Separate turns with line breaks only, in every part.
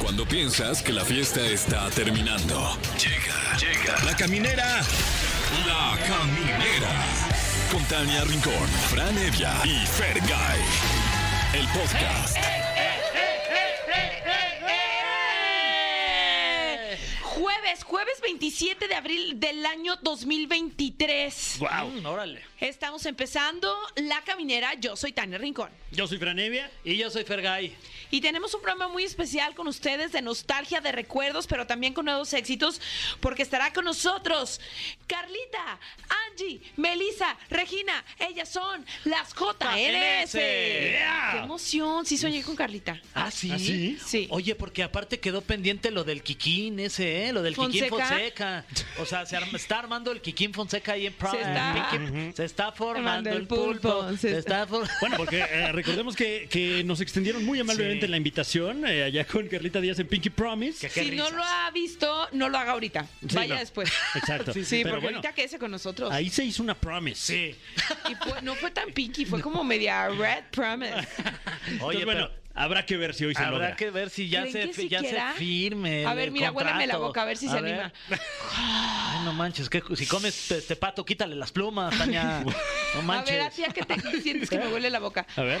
Cuando piensas que la fiesta está terminando. Llega, llega. La caminera. La caminera. Con Tania Rincón, Fran Evia y Fer El podcast.
Jueves, jueves 27 de abril del año 2023.
Wow, Mm, órale.
Estamos empezando La Caminera. Yo soy Tania Rincón.
Yo soy Franevia y yo soy Fergay.
Y tenemos un programa muy especial con ustedes de nostalgia, de recuerdos, pero también con nuevos éxitos, porque estará con nosotros Carlita, Angie, Melissa, Regina. Ellas son las JLS.
Yeah.
¡Qué emoción! Sí, soñé con Carlita.
¿Ah, sí?
¿Ah, sí?
Sí.
Oye, porque aparte quedó pendiente lo del Kikín ese, ¿eh? Lo del Kikín
Fonseca.
Fonseca. O sea, se arma- está armando el Kikín Fonseca ahí en Prime.
Se está-
Pinky- se está formando
Armando el
el pulpo.
pulpo, se
Se está for-
Bueno, porque eh, recordemos que, que nos extendieron muy amablemente
Sí.
la invitación eh, allá con Carlita Díaz en Pinky Promise.
Que- qué
Si no
risas.
lo ha visto, no lo haga ahorita.
Sí,
Vaya
no.
después.
Exacto.
Sí,
Pero
porque
bueno,
ahorita quédese con nosotros.
ahí se hizo una promise.
Sí.
Y fue- no fue tan pinky, fue como media red promise.
Oye,
Entonces, bueno,
pero
habrá que ver si hoy se
Habrá
logra.
que ver si ya
¿Creen
se,
que
fi- ya se
siquiera?
Eh,
firme.
A
el
ver, mira, huéleme la
contrato.
boca, a ver si se anima.
Ay, no manches, que si comes este, este pato, quítale las plumas, Tania. No
A
manches.
ver, a ti, ¿a qué te sientes que me huele la boca?
A ver.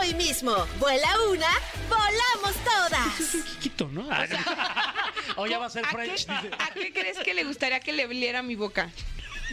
hoy mismo. Vuela una, volamos todas.
Es un chiquito, ¿no? Ah,
O ya va a ser
¿A
French.
qué, a qué crees que le gustaría que le oliera mi boca?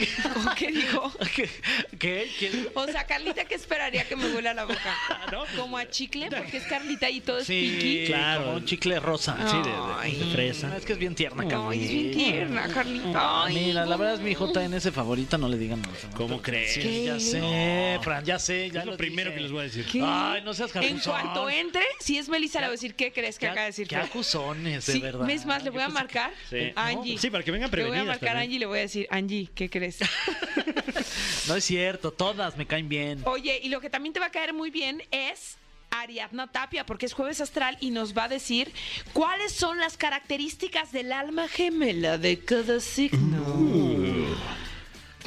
¿O qué dijo?
¿Qué? ¿Qué? ¿Quién?
O sea, Carlita, ¿qué esperaría que me huela la boca?
no, pues-
¿Como a chicle? Porque es Carlita y todo es
Sí,
pinky.
Claro.
como un chicle rosa.
sí, de- de, de
Ay.
fresa.
Es que es bien tierna,
No,
Carlita.
es bien tierna, Carlita. Ay,
Mira, la verdad es mi JNS favorita, no le digan nada.
¿Cómo crees?
Sí, ya sé, Fran, ya sé. Ya
es lo primero
dije.
que les voy a decir.
¿Qué?
Ay, no seas
En
jacuzón.
cuanto entre, si es Melissa, le voy a decir, ¿qué crees que
Qué-
acaba de decir?
Qué
Fer?
acusones, de
Sí,
verdad.
es
Ah,
más, le voy a
Yo pensé que-
marcar
Sí.
a Angie.
Sí, para que vengan
Le voy a
prevenidas
marcar a
también.
Angie y le voy a decir, Angie, ¿qué crees?
No es cierto, todas me caen bien.
Oye, y lo que también te va a caer muy bien es Ariadna Tapia, porque es jueves astral y nos va a decir cuáles son las características del alma gemela de cada signo.
Uh.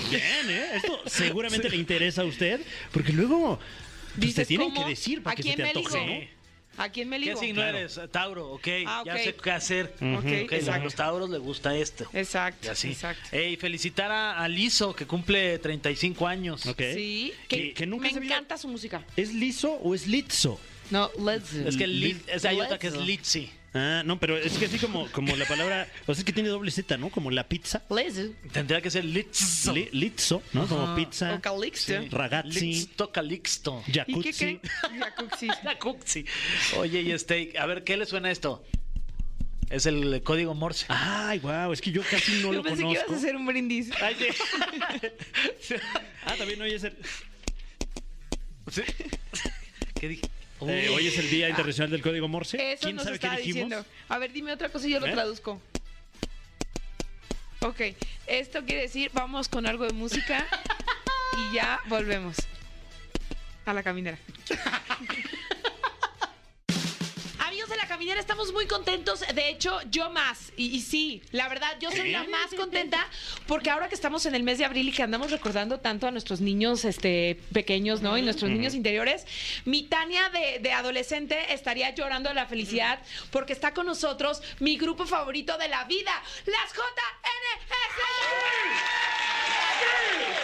Bien, ¿eh? Esto seguramente le interesa a usted, porque luego pues, te
Dices,
tienen
¿cómo?
que decir para
¿A
que se
quién
te
me
antoje, ¿eh?
ligo?
¿no?
¿A quién me
¿Qué
ligo?
signo eres? Tauro, ok.
Ah,
Ya
ok.
sé qué hacer.
Ok,
Ok, A
exacto.
los tauros les gusta esto.
Exacto,
Y así.
exacto.
Ey, felicitar a, a Lizo, que cumple 35 años.
Ok.
Sí,
Que-
que,
que nunca
me
he sabido-
encanta su música.
¿Es liso o es litzo?
No, let's
Es que Li-
Li-
es, hay otra que es Litzy.
Ah, no, pero es que así como, como la palabra, o sea, es que tiene doble Z, ¿no? Como la pizza,
Let's
Tendría que ser Litzo.
li- litzo, ¿no? Como
Ajá.
pizza,
Ah, O Calixto.
Sí.
Ragazzi.
Litzo, Calixto.
¿Y qué
jacuzzi.
creen? Jacuzzi.
La Cuxi. Oye, y este, a ver, ¿qué le suena esto? Es el código Morse.
Ay, wow, es que yo casi no
Yo
lo
pensé que ibas
conozco.
a hacer un brindis.
Ay, sí.
Ah, también hoy es el,
Sí. ¿Qué dije?
eh, hoy es el Día Internacional del Código Morse.
Eso
¿Quién
nos
sabe qué
está
dijimos?
diciendo. A ver, dime otra cosa y yo lo
¿Eh?
traduzco. Ok, esto quiere decir vamos con algo de música y ya volvemos a la caminera. Amigos de la caminera, estamos muy contentos. De hecho, yo más. Y, y sí, la verdad, yo soy la más contenta porque ahora que estamos en el mes de abril y que andamos recordando tanto a nuestros niños este, pequeños, ¿no? Y nuestros niños interiores, mi Tania de, de adolescente estaría llorando de la felicidad porque está con nosotros mi grupo favorito de la vida, las JNS.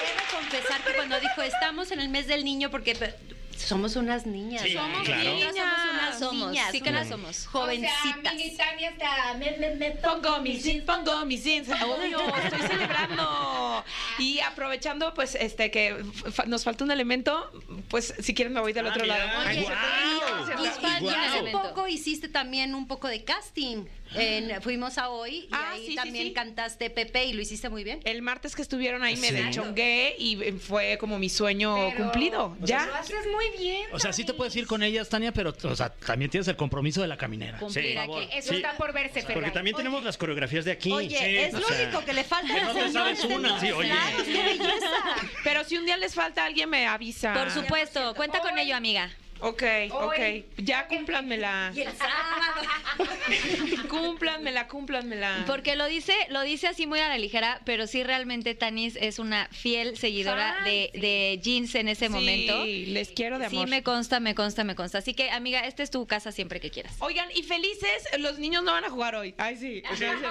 Debo confesar que cuando dijo estamos en el mes del niño porque pe- somos unas niñas.
Sí,
somos
claro.
niñas, somos unas canas somos,
niñas,
sí canas
unas
somos.
O sea,
Jovencitas.
mini Tania hasta me, me, me
Pongo mis jeans, pongo mis jeans. Obvio, estoy celebrando. Y aprovechando, pues, este, que fa- nos falta un elemento, pues, si quieren me voy del
Ah,
otro
mira.
lado.
Ay,
Oye,
guau.
y-
Ay,
y,
guau.
hace poco hiciste también un poco de casting. En- fuimos a hoy y
Ah,
ahí
sí, sí,
también
sí.
cantaste Pepe y lo hiciste muy bien.
El martes que estuvieron ahí me
Sí.
deschongué y eh, fue como mi sueño cumplido.
pues
O sea,
¿Ya?
lo haces muy bien.
O sea, sí te
Tania.
puedes ir con ellas, Tania, pero o sea, también tienes el compromiso de la caminera.
Cumplir
por
aquí.
favor.
Eso está por verse, Ferrari.
Porque también tenemos las coreografías de aquí.
Oye,
Sí,
es
o
lo
sea,
único que le falta
que
a
no
los
te sabes
señores de
una, sí,
nuestros
oye.
lados, qué belleza.
Pero si un día les falta, alguien me avisa.
Por
Por supuesto, cuenta con
Hoy-
ello, amiga.
Ok,
Hoy.
ok. Ya cúmplanmela.
Ah.
Y el sábado.
Cúmplanmela, cúmplanmela.
Porque
Porque lo dice, lo dice así muy a la ligera, pero sí realmente Tanis es una fiel seguidora
Fan,
de,
sí.
de Jeans en ese
Sí,
momento.
les quiero de amor.
Sí, me consta, me consta, me consta. Así que, amiga, esta es tu casa siempre que quieras.
Oigan, y felices, los niños no van a jugar hoy. Ay, sí. no es cierto.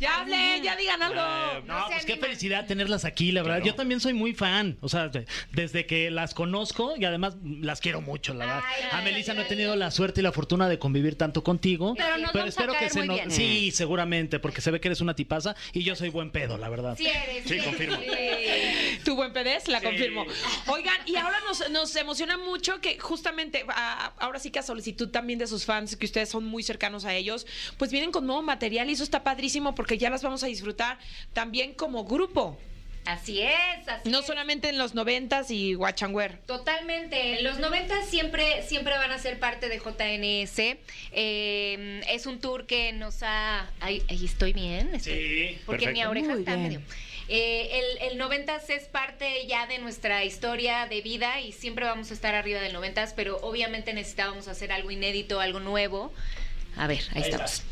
Ya hablé, ya digan
eh,
algo.
no,
Ah, No se
pues qué
animan.
felicidad tenerlas aquí, la verdad.
Claro.
Yo también soy muy fan, o sea, de- desde que las conozco y además las quiero mucho, la verdad.
Ay,
a
ay,
Melissa
ay,
no he
ay.
tenido la suerte y la fortuna de convivir tanto contigo,
Pero nos vamos a caer muy bien.
Sí, seguramente, porque se ve que eres una tipaza y yo soy buen pedo, la verdad.
Sí, eres,
Sí, confirmo.
Tu buen pedés, la confirmo. Oigan, y ahora nos, nos emociona mucho que justamente, a- ahora sí que a solicitud también de sus fans, que ustedes son muy cercanos a ellos, pues vienen con nuevo material y eso está padrísimo porque ya las vamos a disfrutar también como grupo.
Así es, así
No
es.
solamente en los noventas y Guachangüer.
Totalmente. Los 90 siempre, siempre van a ser parte de JNS. Eh, es un tour que nos ha. Ahí, ahí estoy bien. estoy-
Sí,
Porque mi
perfecto.
oreja
Muy
está
bien.
medio. Eh, el, el 90s es parte ya de nuestra historia de vida y siempre vamos a estar arriba del 90s, pero obviamente necesitábamos hacer algo inédito, algo nuevo. A ver, ahí, estamos.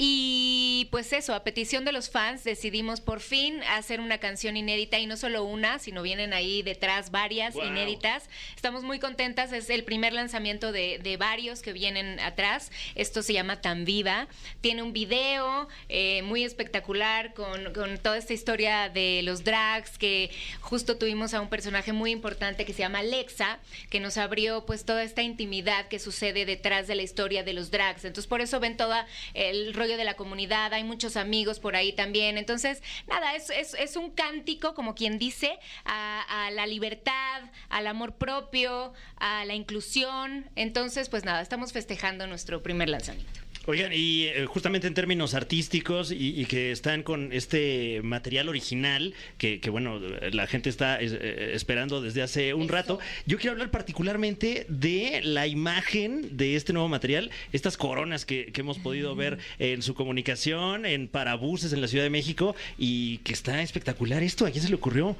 Y pues eso, a petición de los fans decidimos por fin hacer una canción inédita y no solo una, sino vienen ahí detrás varias inéditas. Estamos muy contentas, es el primer lanzamiento de, de varios que vienen atrás. Esto se llama Tan Viva. Tiene un video eh, muy espectacular con, con toda esta historia de los drags, que justo tuvimos a un personaje muy importante que se llama Alexa, que nos abrió pues toda esta intimidad que sucede detrás de la historia de los drags. Entonces por eso ven todo el rollo de la comunidad, hay muchos amigos por ahí también. Entonces, nada, es, es, es un cántico, como quien dice, a, a la libertad, al amor propio, a la inclusión. Entonces, pues nada, estamos festejando nuestro primer lanzamiento.
Oigan,
y
eh, justamente en términos artísticos y, y que están con este material original que, que, bueno, la gente está es- eh, esperando desde hace un
Eso.
rato. Yo quiero hablar particularmente de la imagen de este nuevo material, estas coronas que, que hemos podido ver en su comunicación, en parabuses en la Ciudad de México y que está espectacular esto. ¿A quién se le ocurrió?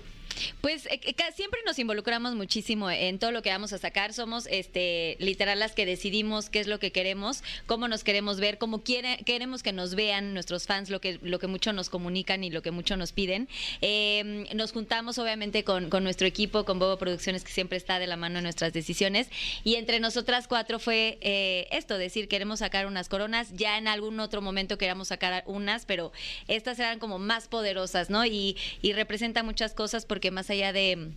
Pues eh, eh, ca- siempre nos involucramos muchísimo en todo lo que vamos a sacar. Somos este literal las que decidimos qué es lo que queremos, cómo nos queremos ver, cómo quiere- queremos que nos vean nuestros fans, lo que, lo que mucho nos comunican y lo que mucho nos piden. Eh, nos juntamos obviamente con, con nuestro equipo, con Bobo Producciones, que siempre está de la mano en nuestras decisiones. Y entre nosotras cuatro fue eh, esto, decir, queremos sacar unas coronas. Ya en algún otro momento queríamos sacar unas, pero estas eran como más poderosas, ¿no? Y, y representa muchas cosas porque más allá de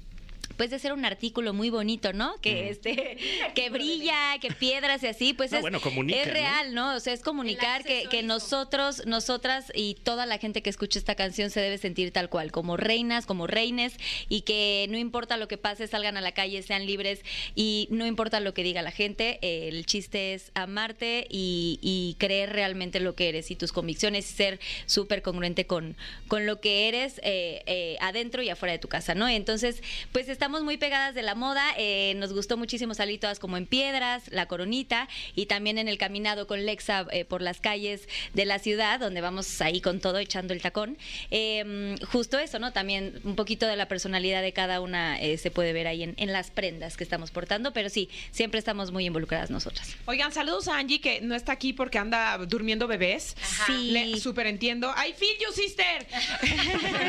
pues de ser un artículo muy bonito, ¿no? Que este que brilla, que piedras y así, pues
No,
es,
bueno, comunica,
es
¿no?
real, ¿no? O sea, es comunicar que, que
accesorio.
nosotros, nosotras y toda la gente que escucha esta canción se debe sentir tal cual, como reinas, como reines y que no importa lo que pase, salgan a la calle, sean libres y no importa lo que diga la gente, el chiste es amarte y, y creer realmente lo que eres y tus convicciones y ser súper congruente con, con lo que eres eh, eh, adentro y afuera de tu casa, ¿no? Entonces, pues estamos muy pegadas de la moda, eh, nos gustó muchísimo salir todas como en piedras, la coronita y también en el caminado con Lexa eh, por las calles de la ciudad, donde vamos ahí con todo echando el tacón. Eh, justo eso, ¿no? También un poquito de la personalidad de cada una eh, se puede ver ahí en, en las prendas que estamos portando, pero sí, siempre estamos muy involucradas nosotras.
Oigan, saludos a Angie que no está aquí porque anda durmiendo bebés.
Sí.
Le super entiendo. I feel you, sister.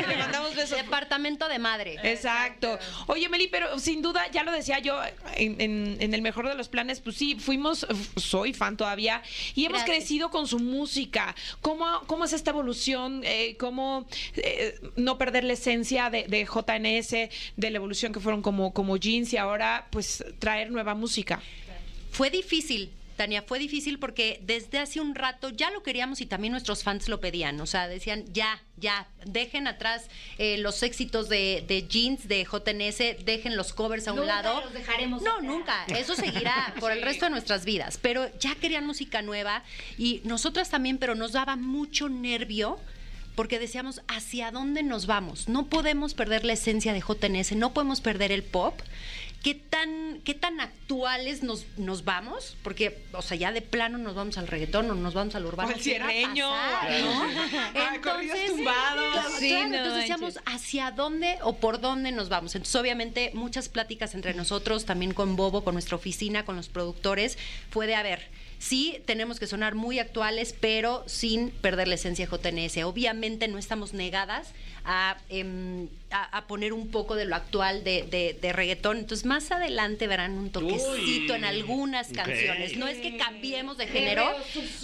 Le mandamos besos.
Departamento de madre.
Exacto. Oye, Meli, pero sin duda, ya lo decía yo, en, en- en el mejor de los planes, pues sí, fuimos, f- soy fan todavía, y hemos
Gracias.
crecido con su música. ¿Cómo, cómo es esta evolución? Eh, ¿Cómo eh, no perder la esencia de, de JNS, de la evolución que fueron como, como jeans y ahora, pues, traer nueva música?
Fue difícil. Tania, fue difícil porque desde hace un rato ya lo queríamos y también nuestros fans lo pedían. O sea, decían, ya, ya, dejen atrás eh, los éxitos de, de Jeans, de JNS, dejen los covers a un
Nunca
lado.
los dejaremos
no,
atrás.
nunca. Eso seguirá por el resto de nuestras vidas. Pero ya querían música nueva y nosotras también, pero nos daba mucho nervio. Porque decíamos, ¿hacia dónde nos vamos? No podemos perder la esencia de JNS, no podemos perder el pop. ¿Qué tan, qué tan actuales nos, nos vamos? Porque, o sea, ya de plano nos vamos al reggaetón o nos vamos al urbano.
O al
¿Qué va a
sierreño,
pasar, ¿no?
a corridos tumbados.
claro,
Sí,
claro,
no
entonces decíamos, ¿hacia dónde o por dónde nos vamos? Entonces, obviamente, muchas pláticas entre nosotros, también con Bobo, con nuestra oficina, con los productores, fue de, a ver, sí, tenemos que sonar muy actuales, pero sin perder la esencia JNS. Obviamente no estamos negadas a, em, a, a poner un poco de lo actual de, de- de reggaetón. Entonces, más adelante verán un toquecito en algunas canciones. No es que cambiemos de género,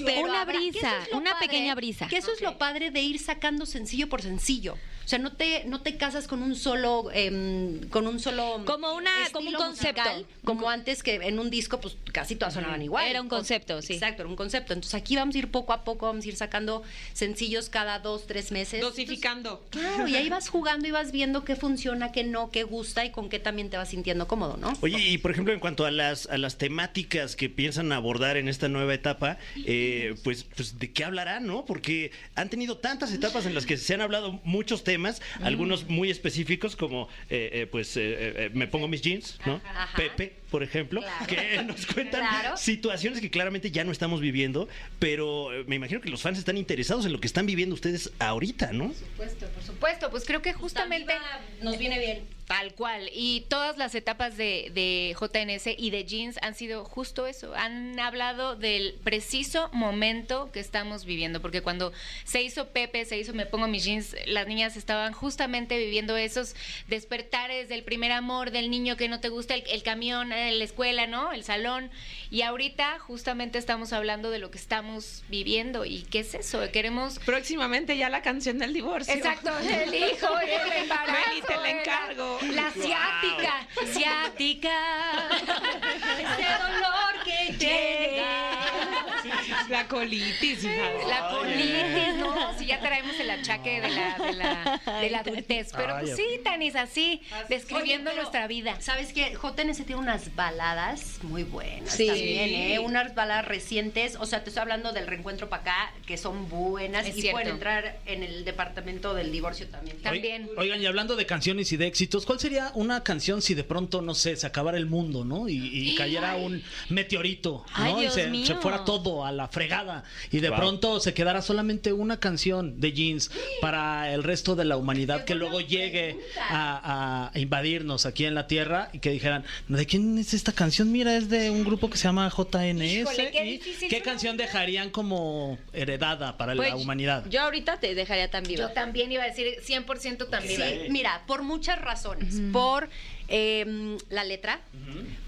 pero
Una
habrá- que eso
brisa,
es lo
una pequeña brisa.
Que eso es lo padre de ir sacando sencillo por sencillo. O sea, no te, no te casas con un solo, em, con un solo
Como una-
estilo
como un concepto.
musical, como antes que en un disco, pues casi todas sonaban igual.
Era un concepto, sí.
Exacto, era un concepto. Entonces aquí vamos a ir poco a poco, vamos a ir sacando sencillos cada dos, tres meses.
Dosificando.
Entonces, claro, y ahí vas jugando y vas viendo qué funciona, qué no, qué gusta y con qué también te vas sintiendo cómodo, ¿no?
Oye, y por ejemplo, en cuanto a las, a las temáticas que piensan abordar en esta nueva etapa, eh, pues, pues, ¿de qué hablarán, no? Porque han tenido tantas etapas en las que se han hablado muchos temas,
Mm.
algunos muy específicos, como, eh, eh, pues, eh, eh, eh, me pongo mis jeans, ¿no?
Ajá. Ajá.
Pepe, por ejemplo,
Claro.
que nos cuentan
Claro.
situaciones que claramente ya no estamos viviendo, pero eh, me imagino que los fans están interesados en lo que están viviendo ustedes ahorita, ¿no?
Por supuesto, por supuesto. Pues creo que justamente...
nos viene bien.
Tal cual. Y todas las etapas de, de JNS y de Jeans han sido justo eso. Han hablado del preciso momento que estamos viviendo. Porque cuando se hizo Pepe, se hizo Me Pongo Mis Jeans, las niñas estaban justamente viviendo esos despertares del primer amor, del niño que no te gusta, el, el camión, eh, la escuela, ¿no? El salón. Y ahorita justamente estamos hablando de lo que estamos viviendo. ¿Y qué es eso? Queremos
Próximamente ya la canción del divorcio.
Exacto, el hijo, el embarazo.
Ven y te la
el-
encargo.
La, asiática, asiática. Ese dolor que llega.
La colitis. hija.
La colitis, ¿no? Si ya traemos el achaque de la, de la, de la adultez. Pero pues sí, Tanis, así, describiendo
Oye, pero-
nuestra vida.
¿Sabes qué? JNS tiene unas baladas muy buenas
Sí.
también, ¿eh? Unas baladas recientes. O sea, te estoy hablando del reencuentro para acá, que son buenas
Es
y
cierto.
pueden entrar en el departamento del divorcio también.
También.
Oigan, y hablando de canciones y de éxitos, ¿cuál sería una canción si de pronto, no sé, se acabara el mundo, ¿no? Y, y cayera un meteorito, ¿no?
Ay,
y
Dios
se,
mío.
se fuera todo a la fregada. Y de
Wow.
pronto se quedara solamente una canción de jeans para el resto de la humanidad que luego llegue a, a invadirnos aquí en la Tierra y que dijeran, ¿de quién es esta canción? Mira, es de un grupo que se llama JNS.
Híjole, qué
¿Y
difícil
¿Qué
suena.
canción dejarían como heredada para la
Pues,
humanidad?
Yo ahorita te dejaría tan viva.
Yo también iba a decir 100% también.
Sí, mira, por muchas razones. Por eh, la letra,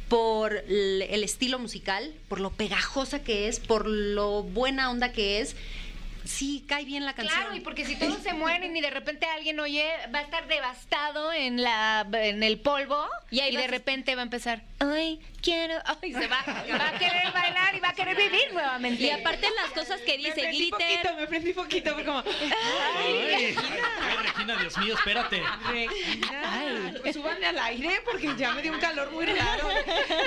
por l- el estilo musical, por lo pegajosa que es, por lo buena onda que es. Sí, cae bien la canción.
Claro, y porque si todos se mueren y de repente alguien oye, va a estar devastado en la en el polvo y, ahí de repente va a empezar, ay, quiero, ay, se va, va a querer bailar y va a querer vivir nuevamente.
Y aparte las cosas que
Me
dice
prendí
glitter.
poquito, me prendí poquito. Fue como,
Ay, ay, Regina, Dios mío, espérate.
Regina, pues súbanme al aire porque ya me dio un calor muy raro.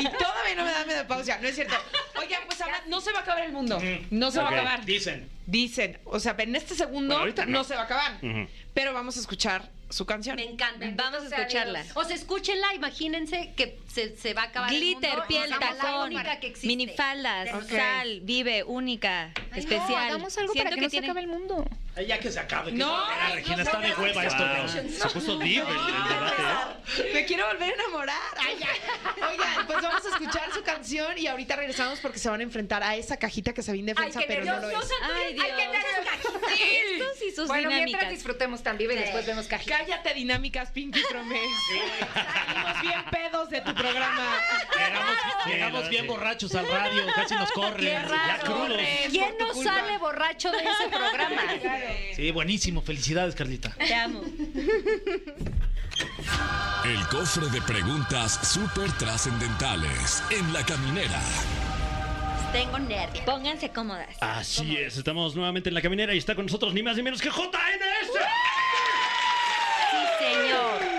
Y todavía no me da menopausia, no es cierto. Oigan, pues ahora no se va a acabar el mundo. No se va a acabar.
Dicen.
Dicen, o sea, en este segundo
Bueno, ahorita
no.
no.
se va a acabar.
Ujú.
Pero vamos a escuchar su canción.
Me encanta.
Vamos a escucharla.
O sea, escúchenla, imagínense que se, se va a acabar. el
Glitter,
mundo y
piel,
nos vamos a la
tacón,
única que existe.
minifaldas,
Ok.
sal, vive, única,
Ay, no,
especial.
hagamos algo
Siento
para que, no
tiene-
se acabe el mundo.
Ay, ya que se acabe. que
No,
se acabe. Ah,
no,
Regina,
no,
está de
no,
hueva
no,
esto.
Wow,
¿no?
Se puso deep el, el debate. ¿eh?
Me quiero volver a enamorar. Oigan, pues vamos a escuchar su canción y ahorita regresamos porque se van a enfrentar a esa cajita que se ve indefensa, pero no lo es.
Ay, Dios. Estos y sus
Bueno, mientras
dinámicas.
disfrutemos tan viva y después vemos cajita.
Cállate, dinámicas Pinky Promes. Salimos bien pedos de tu programa.
Llegamos, llegamos bien borrachos al radio, casi nos corren. Ya crudos.
¿Quién no
nos
sale borracho de ese programa?
Sí, buenísimo. Felicidades, Carlita.
Te amo.
El cofre de preguntas súper trascendentales en la caminera.
tengo nervios.
Pónganse cómodas.
Así es, estamos nuevamente en la caminera y está con nosotros ni más ni menos que JNS.
Sí, señor.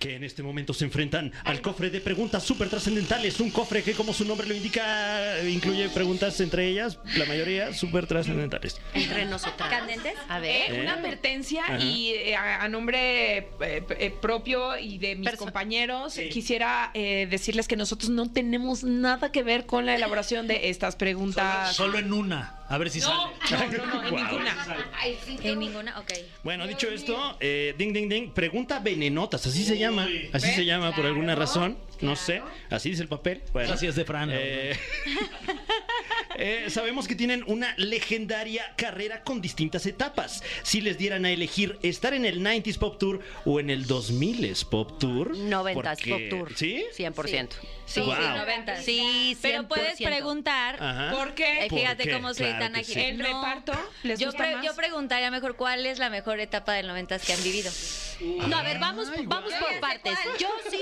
que en este momento se enfrentan al cofre de preguntas súper trascendentales. Un cofre que, como su nombre lo indica, incluye preguntas entre ellas, la mayoría súper trascendentales.
Entre nosotras.
¿Candentes?
A ver.
Eh, Una advertencia
Ajá.
y eh, a, a nombre eh, eh, propio y de mis
Perso-
compañeros, quisiera eh, decirles que nosotros no tenemos nada que ver con la elaboración de estas preguntas.
Solo en una. A ver si
No, ah,
sale.
no, no, no, en
Wow.
ninguna.
Ay, sí,
En ninguna, ok.
Bueno, dicho esto, eh, ding, ding, ding, pregunta venenotas, así se llama, así se llama por alguna razón, no sé, así dice el papel. Bueno,
Así es de Fran.
Eh, eh, sabemos que tienen una legendaria carrera con distintas etapas. Si les dieran a elegir estar en el 90s Pop Tour o en el 2000s Pop Tour.
90
porque-
Pop Tour.
¿Sí?
100%.
Sí,
Wow.
sí, 90.
Sí, 100%.
Pero puedes preguntar.
Ajá.
¿Por qué?
Eh, fíjate
qué?
cómo soy
Claro
tan
que
ágil.
sí.
¿El reparto les
yo,
gusta más?
yo preguntaría mejor cuál es la mejor etapa del 90 que han vivido.
No, a ver, vamos, vamos por partes. Yo sí,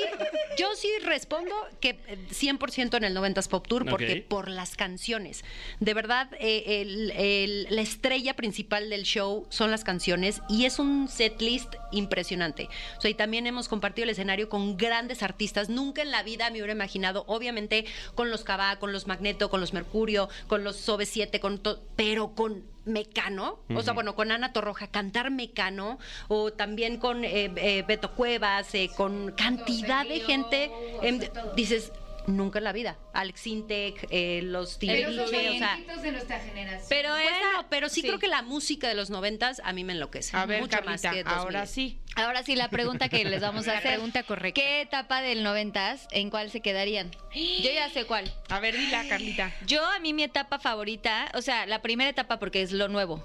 yo sí respondo que eh, 100% en el 90s Pop Tour, porque
Ok.
por las canciones. De verdad, eh, el- el- la estrella principal del show son las canciones y es un setlist impresionante. O sea, y también hemos compartido el escenario con grandes artistas. Nunca en la vida me hubiera imaginado, obviamente, con los Cava, con los Magneto, con los Mercurio, con los Sobe 7, con to- pero con Mecano, o sea, bueno, con Ana Torroja, cantar Mecano, o también con eh, eh, Beto Cuevas, eh, con cantidad de gente, em, dices, nunca en la vida, Alex Intec, eh, los
Pero
Timbiriche,
los
o sea,
momentitos de nuestra generación.
Pero
bueno,
esa-
pero sí,
sí.
creo que la música de los noventas a mí me enloquece,
A ver,
mucho más
Carlita,
que 2000.
ahora sí.
Ahora sí, la pregunta que les vamos a hacer. pregunta correcta. ¿Qué etapa del 90 en cuál se quedarían? Yo ya sé cuál.
A ver, dila, Carlita.
Yo, a mí, mi etapa favorita, o sea, la primera etapa porque es lo nuevo,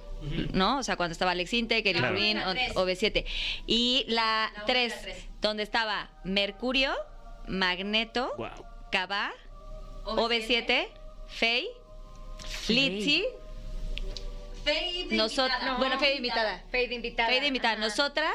¿no? O sea, cuando estaba Alex Intec, Eric
Claro.
Rubin,
La tres.
o- OV7. Y la
La uno y la
3,
tres.
donde estaba Mercurio, Magneto,
Guau.
Cava,
OV7,
OV7, Fey, Litzy,
Fade
Nosot-
invitada.
bueno, Fade invitada.
Fade invitada.
Fey de invitada, nosotras,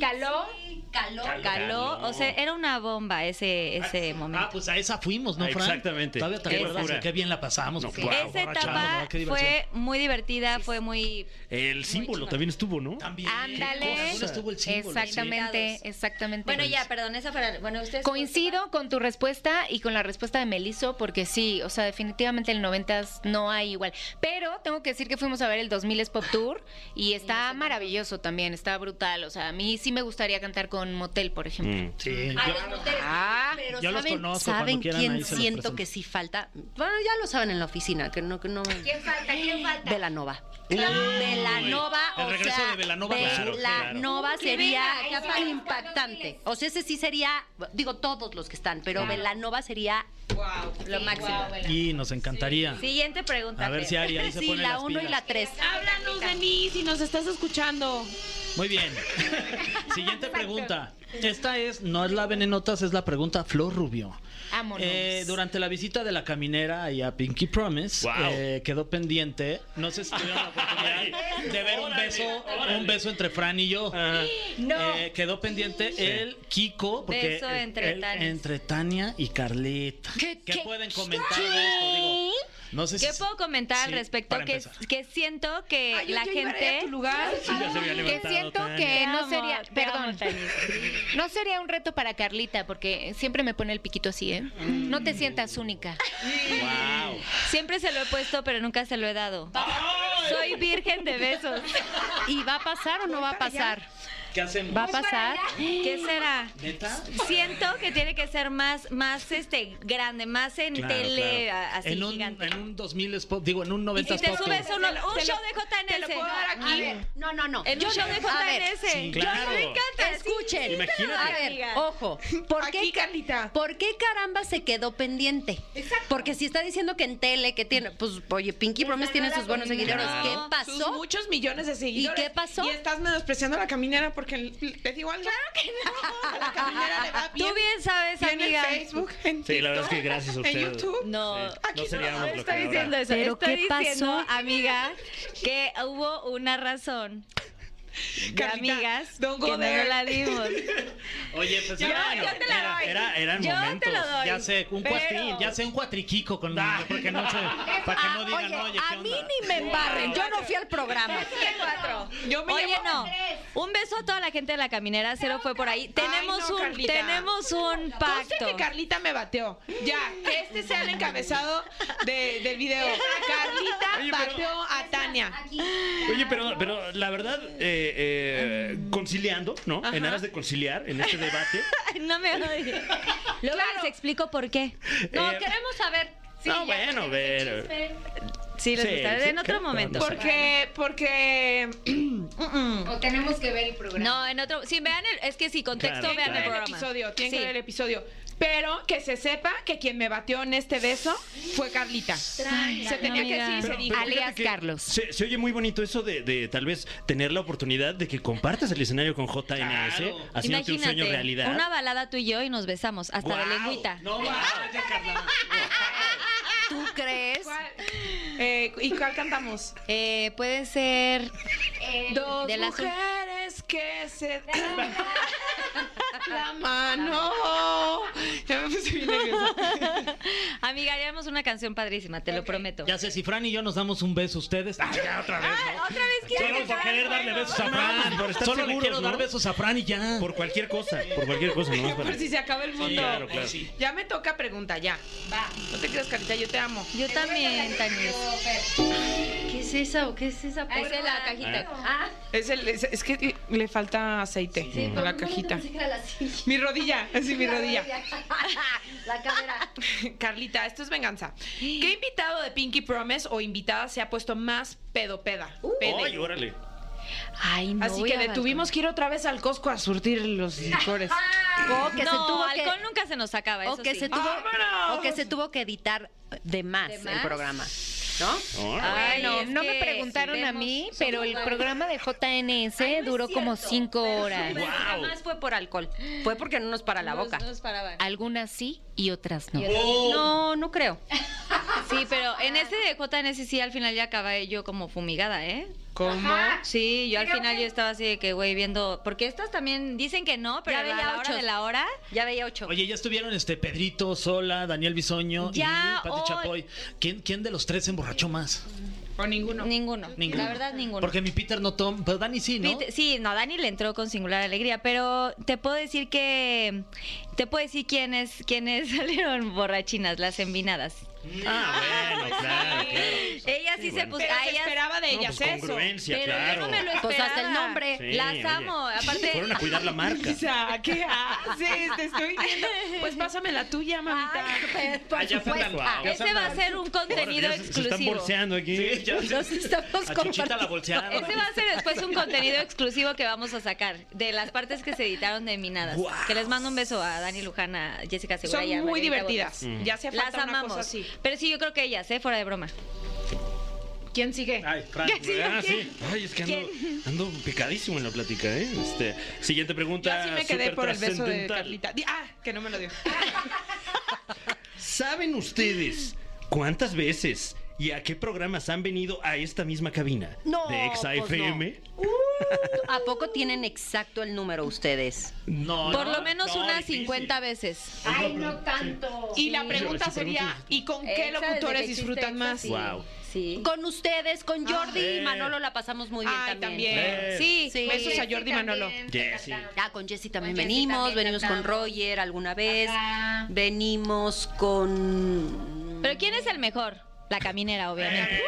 Caló.
Caló.
Caló. O sea, era una bomba ese, ese momento.
Ah, pues a esa fuimos, ¿no, Fran?
Exactamente.
Todavía te
Qué
acuerdas
locura.
qué bien la pasamos.
No,
porque-
guau,
Esa
borrachados,
etapa
¿verdad? Qué diversión.
fue muy divertida, fue muy...
El símbolo
chingón.
también estuvo, ¿no?
También.
Ándale.
Con alguna estuvo el símbolo,
Exactamente,
sí.
exactamente.
Bueno, ya, perdón, esa fue la... Bueno, ustedes...
Coincido con tu respuesta y con la respuesta de Meliso, porque sí, o sea, definitivamente el 90 no hay igual. Pero tengo que decir que fuimos a ver el 2000 es Pop Tour y está maravilloso también, está brutal. O sea, a mí sí me gustaría cantar con Motel, por ejemplo.
Mm.
Sí. Sí,
A los moteles.
Ah,
Pero
yo los
¿saben,
conozco,
¿saben
cuando quieran ahí
quién
se los
siento
presento.
que sí falta? Bueno, ya lo saben en la oficina, que no... Que no...
¿Quién falta? ¿Quién falta?
Velanova. Velanova,
El
o
regreso
sea,
de Belanova al
sur.
Belanova
Claro, claro.
sería
Qué bella,
capaz
esa.
impactante. O sea, ese sí sería, digo, todos los que están, pero Belanova sería lo máximo.
Y nos encantaría.
Siguiente pregunta.
A ver
Fer.
si Ari ahí se
Sí,
pone
la
las
1 y la
pilas.
3.
Háblanos de mí si nos estás escuchando.
Muy bien. Siguiente pregunta. Esta es, no es la venenotas, es la pregunta Flor Rubio.
Vámonos.
Eh, durante la visita de la caminera y a Pinky Promise,
Wow.
eh, quedó pendiente. No sé si tuvieron la oportunidad de ver un beso, un beso entre Fran y yo. Eh, quedó pendiente el Kiko, porque
Beso entre
el-
Tanias.
entre Tania y Carlita. ¿Qué,
qué?
pueden comentar de esto? Digo, no sé
¿Qué
si-
puedo comentar al
Sí,
respecto?
para
Que,
empezar.
que siento que
Ay, yo-
la
yo iba a ir a
gente...
tu lugar.
Sí, ya se había
que
levantado,
siento
Tania.
que
Te
no
amo,
sería,
te
perdón,
amo, Tania.
no sería un reto para Carlita porque siempre me pone el piquito así, ¿eh? No te sientas única.
Wow.
Siempre se lo he puesto, pero nunca se lo he dado. Soy virgen de besos.
¿Y va a pasar o no va a pasar?
¿Qué hacemos?
¿Va a pasar?
¿Qué será?
¿Neta?
Siento que tiene que ser más, más este, grande, más en
Claro,
tele,
claro.
a- así
en, un,
gigante.
en un 2000 spot, digo, en un
y
90
si te
spot.
subes a uno-
Te lo-
un
te lo-
show de JNS.
te lo puedo dar aquí.
A ver,
No, no, no.
En un show de
A ver,
JNS.
sí,
Yo-
claro.
Me encanta.
Escuchen.
Imagínate.
A ver,
Amiga.
ojo. ¿Por qué,
Aquí, Carlita.
¿Por qué caramba se quedó pendiente? Porque si está diciendo que en tele, que tiene. Pues, oye, Pinky Promise tiene sus buenos seguidores.
comunidad.
¿Qué
Claro.
Sus
pasó?
muchos millones de seguidores.
qué pasó?
Y estás menospreciando a la caminera porque l- te digo algo. Claro que no. A la caminera le va bien.
Tú bien sabes,
Bien
amiga.
en Facebook, en
Sí, la verdad es
TikTok,
que gracias a
En
ustedes.
YouTube.
No.
Sí,
Aquí
no
no,
seríamos
no
lo
estoy
que ahora.
diciendo eso.
Pero
¿Pero
estoy
qué pasó?
diciendo, amiga, que hubo una razón de
Carlita,
amigas
don't go
que no
there.
nos la dimos.
Oye, pues
Yo-
era-
yo te la
era-
doy.
Era, eran
Yo te
momentos.
lo doy.
Ya sé, un
Pero-
cuatrín, ya sé un cuatriquico con porque no sé, para que
Ah,
no digan,
oye,
oye,
a
¿qué
mí
onda?
ni me embarren, yo no fui al programa.
cuatro.
Yo me
Oye,
llevo-
no. Un beso a toda la gente de la caminera, cero fue por ahí. Tenemos
no,
un
Carlita.
tenemos un
Conste
pacto.
que Carlita me bateó. Ya, que este sea el encabezado de- del video. Carlita
Oye, pero-
bateó a Tania.
Oye, pero, pero la verdad, eh, eh, conciliando, ¿no? En aras de conciliar en este debate.
Ay, No me odies. Luego
Claro.
les explico por qué.
No,
No,
Eh,
queremos saber
no, bueno, pero.
si les
sí,
gustará
sí,
en otro
claro,
momento.
no sé.
Porque, porque mm,
O tenemos que ver el programa.
No, en otro. Si vean el, es que si contexto
Claro,
vean
claro.
el
el
programa.
episodio, tienen
Sí.
que ver el episodio. Pero que se sepa que quien me bateó en este beso fue Carlita. se tenía que decir y se
Pero- pero
dijo.
fíjate
Alias
que
Carlos.
Se, se oye muy bonito eso de, de tal vez tener la oportunidad de que compartas el escenario con JNS, haciéndote un sueño realidad.
una balada tú y yo y nos besamos hasta la
Guau.
lengüita.
No vaya, Carla.
¿Tú crees?
¿Cuál? Eh, ¿Y cuál cantamos?
Eh, puede ser.
Eh,
Dos
de la azul.
mujeres que se dan la
Ah,
mano. Ya me puse bien nerviosa.
Amiga, haríamos una canción padrísima, te lo prometo.
Ya sé, si Fran y yo nos damos un beso ustedes. Ah, ya otra vez. ¿no?
Otra vez
Solo por querer darle besos a Fran.
No, por estar
Solo le
seguros,
quiero
¿no?
dar besos a Fran y ya.
Por cualquier cosa, por cualquier cosa, nomás para.
Por si se acaba el mundo.
claro, claro.
Ya me toca pregunta, ya.
Va.
No te creas, Carita, yo te amo.
Yo también, Tanis.
¿Qué es esa o qué es esa?
Esa es la cajita.
Ah,
Es, el, es, es que le falta aceite a la cajita. Mi rodilla, así mi rodilla.
La cadera.
Carlita, esto es venganza. ¿Qué invitado de Pinky Promise o invitada se ha puesto más pedopeda? Pede.
Ay, órale.
Uh. Ay, no.
Así
voy
que
a
le
balcón.
tuvimos que ir otra vez al Costco a surtir los licores.
O que
no,
se tuvo que-
alcohol nunca se nos acaba.
o
eso
que
sí.
se tuvo
¡Vámonos!
o que se tuvo que editar de más,
¿De
el
más?
programa, ¿no?
Órale.
Ay,
Bueno,
es
no
que
me preguntaron
si
a
vemos-
mí,
somos
pero el
varios.
programa de JNS
Ay, no es
duró como
cierto,
cinco
pero
horas.
súper.
Jamás fue por alcohol, fue porque no nos para la boca.
Nos- nos paraban.
Algunas sí y otras no.
No, no creo.
Sí, pero en ese de JNS sí al final ya acabé yo como fumigada, ¿eh?
¿Cómo?
Sí, yo al
Pero
final
que-
yo estaba así de que, güey, viendo... Porque estas también dicen que no, pero
Ya
a la,
veía
la hora
ochos.
de la hora...
Ya veía ocho.
Oye, ya estuvieron este Pedrito, Sola, Daniel Bisoño
Ya,
y Pati
hoy.
Chapoy. ¿Quién, ¿Quién de los tres se emborrachó más?
O ninguno.
Ninguno.
Ninguno.
La verdad, ninguno.
Porque mi Peter no toma, pero Dani sí, ¿no?
Pete- Sí, no, Dani le entró con singular alegría, pero te puedo decir que te puedo decir quiénes quiénes salieron borrachinas, las envinadas.
Ah, bueno, claro, claro.
Ellas sí, se
bueno.
pusieron,
Pero se esperaba de
No,
ellas
pues
eso.
congruencia,
pero
claro.
yo no me lo esperaba.
Pues hasta el nombre.
Sí,
las
oye.
amo, aparte
Fueron a cuidar la marca.
Isa, ¿qué haces? Te estoy viendo. Pues pásame la tuya, mamita.
Ay, por
Ah, ya se andan,
supuesto.
guau. Ya se
ese va a
andan.
ser un
Órale,
contenido
ya se- Se están
exclusivo.
bolseando aquí.
Nos
A
estamos
Chuchita la
compartiendo.
bolsearon.
Ese va a ser después un contenido exclusivo que vamos a sacar de las partes que se editaron de Minadas.
Guau.
Que les mando un beso a Dani Lujana, Jessica Segura
Son
y a
muy
Margarita
divertidas.
Botas.
Mm.
Ya se falta
Las
una cosa
amamos.
así.
Pero sí, yo creo que ellas, ¿eh? Fuera de broma.
¿Quién sigue?
Ay, Fran.
Ah, sí. Ay, es que ando, ando picadísimo en la plática, ¿eh? Este, siguiente
Yo
pregunta.
así me quedé
súper
por el beso de
trascendental.
Carlita. Di- Ah, que no me lo dio.
¿Saben ustedes cuántas veces y a qué programas han venido a esta misma cabina?
No,
De Exa
pues
FM.
¿A poco tienen exacto el número ustedes?
No,
Por
no,
lo menos
no,
unas
difícil.
50 veces.
Ay, no tanto.
Y la
Esa
pregunta sería,
pregunta
¿y con qué
Exa, desde que
locutores
existe
disfrutan
Exa,
más?
sí.
Wow.
Sí.
Con ustedes, con Jordi
Ah,
y Manolo la pasamos muy bien
Ay, también.
Eh.
Sí,
Sí.
Besos a Jordi Manolo.
Yes, sí.
Ah, con Jessy también
Con Jessy
venimos,
también
venimos con
cantamos.
Roger alguna vez,
Ajá.
venimos con...
Pero ¿quién es el mejor? La caminera, obviamente.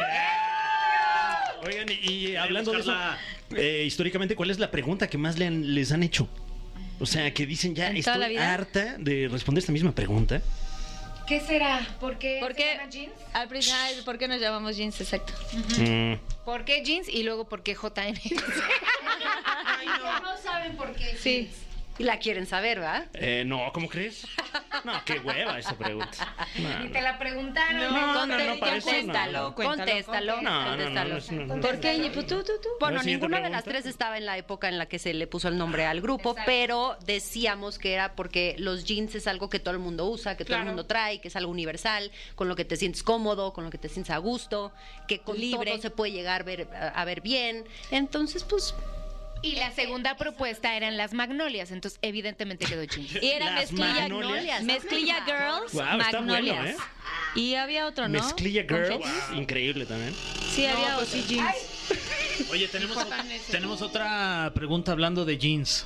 Oigan, y, y hablando de eso,
Carla.
eh, históricamente, ¿cuál es la pregunta que más le han- les han hecho? O sea, que dicen ya,
¿En toda la
estoy
vida?
harta de responder esta misma pregunta.
¿Qué será? ¿Por qué
¿Por
se
qué?
llama jeans?
Al principio, ¿por qué nos llamamos jeans? Exacto.
Mm.
¿Por qué jeans? Y luego ¿por qué JN? no saben por qué.
Sí.
Y la quieren saber, ¿verdad?
Eh, no, ¿cómo crees? No, qué hueva esa pregunta. No,
Ni te la preguntaron.
No, no, no,
Conté-
para eso no.
contéstalo,
no,
contéstalo,
no, no, no,
contéstalo.
es- no, no.
¿Por qué? Y pues, tú, tú, tú.
Bueno,
¿La siguiente
ninguna de las
pregunta?
tres estaba en la época en la que se le puso el nombre al grupo,
Exacto.
pero decíamos que era porque los jeans es algo que todo el mundo usa, que todo
Claro.
el mundo trae, que es algo universal, con lo que te sientes cómodo, con lo que te sientes a gusto, que con
Libre.
todo se puede llegar a ver, a ver bien. Entonces, pues,
Y la segunda propuesta eran las magnolias, entonces evidentemente quedó chingis.
Y era
Las
mezclilla,
magnolias.
mezclilla Girls,
Guau, está bueno,
Magnolias.
¿eh?
Y había otro, ¿no?
Mezclilla Girls.
Confetis.
Increíble también.
Sí, había
pues
otro.
Oye, tenemos, o- tenemos otra pregunta hablando de jeans.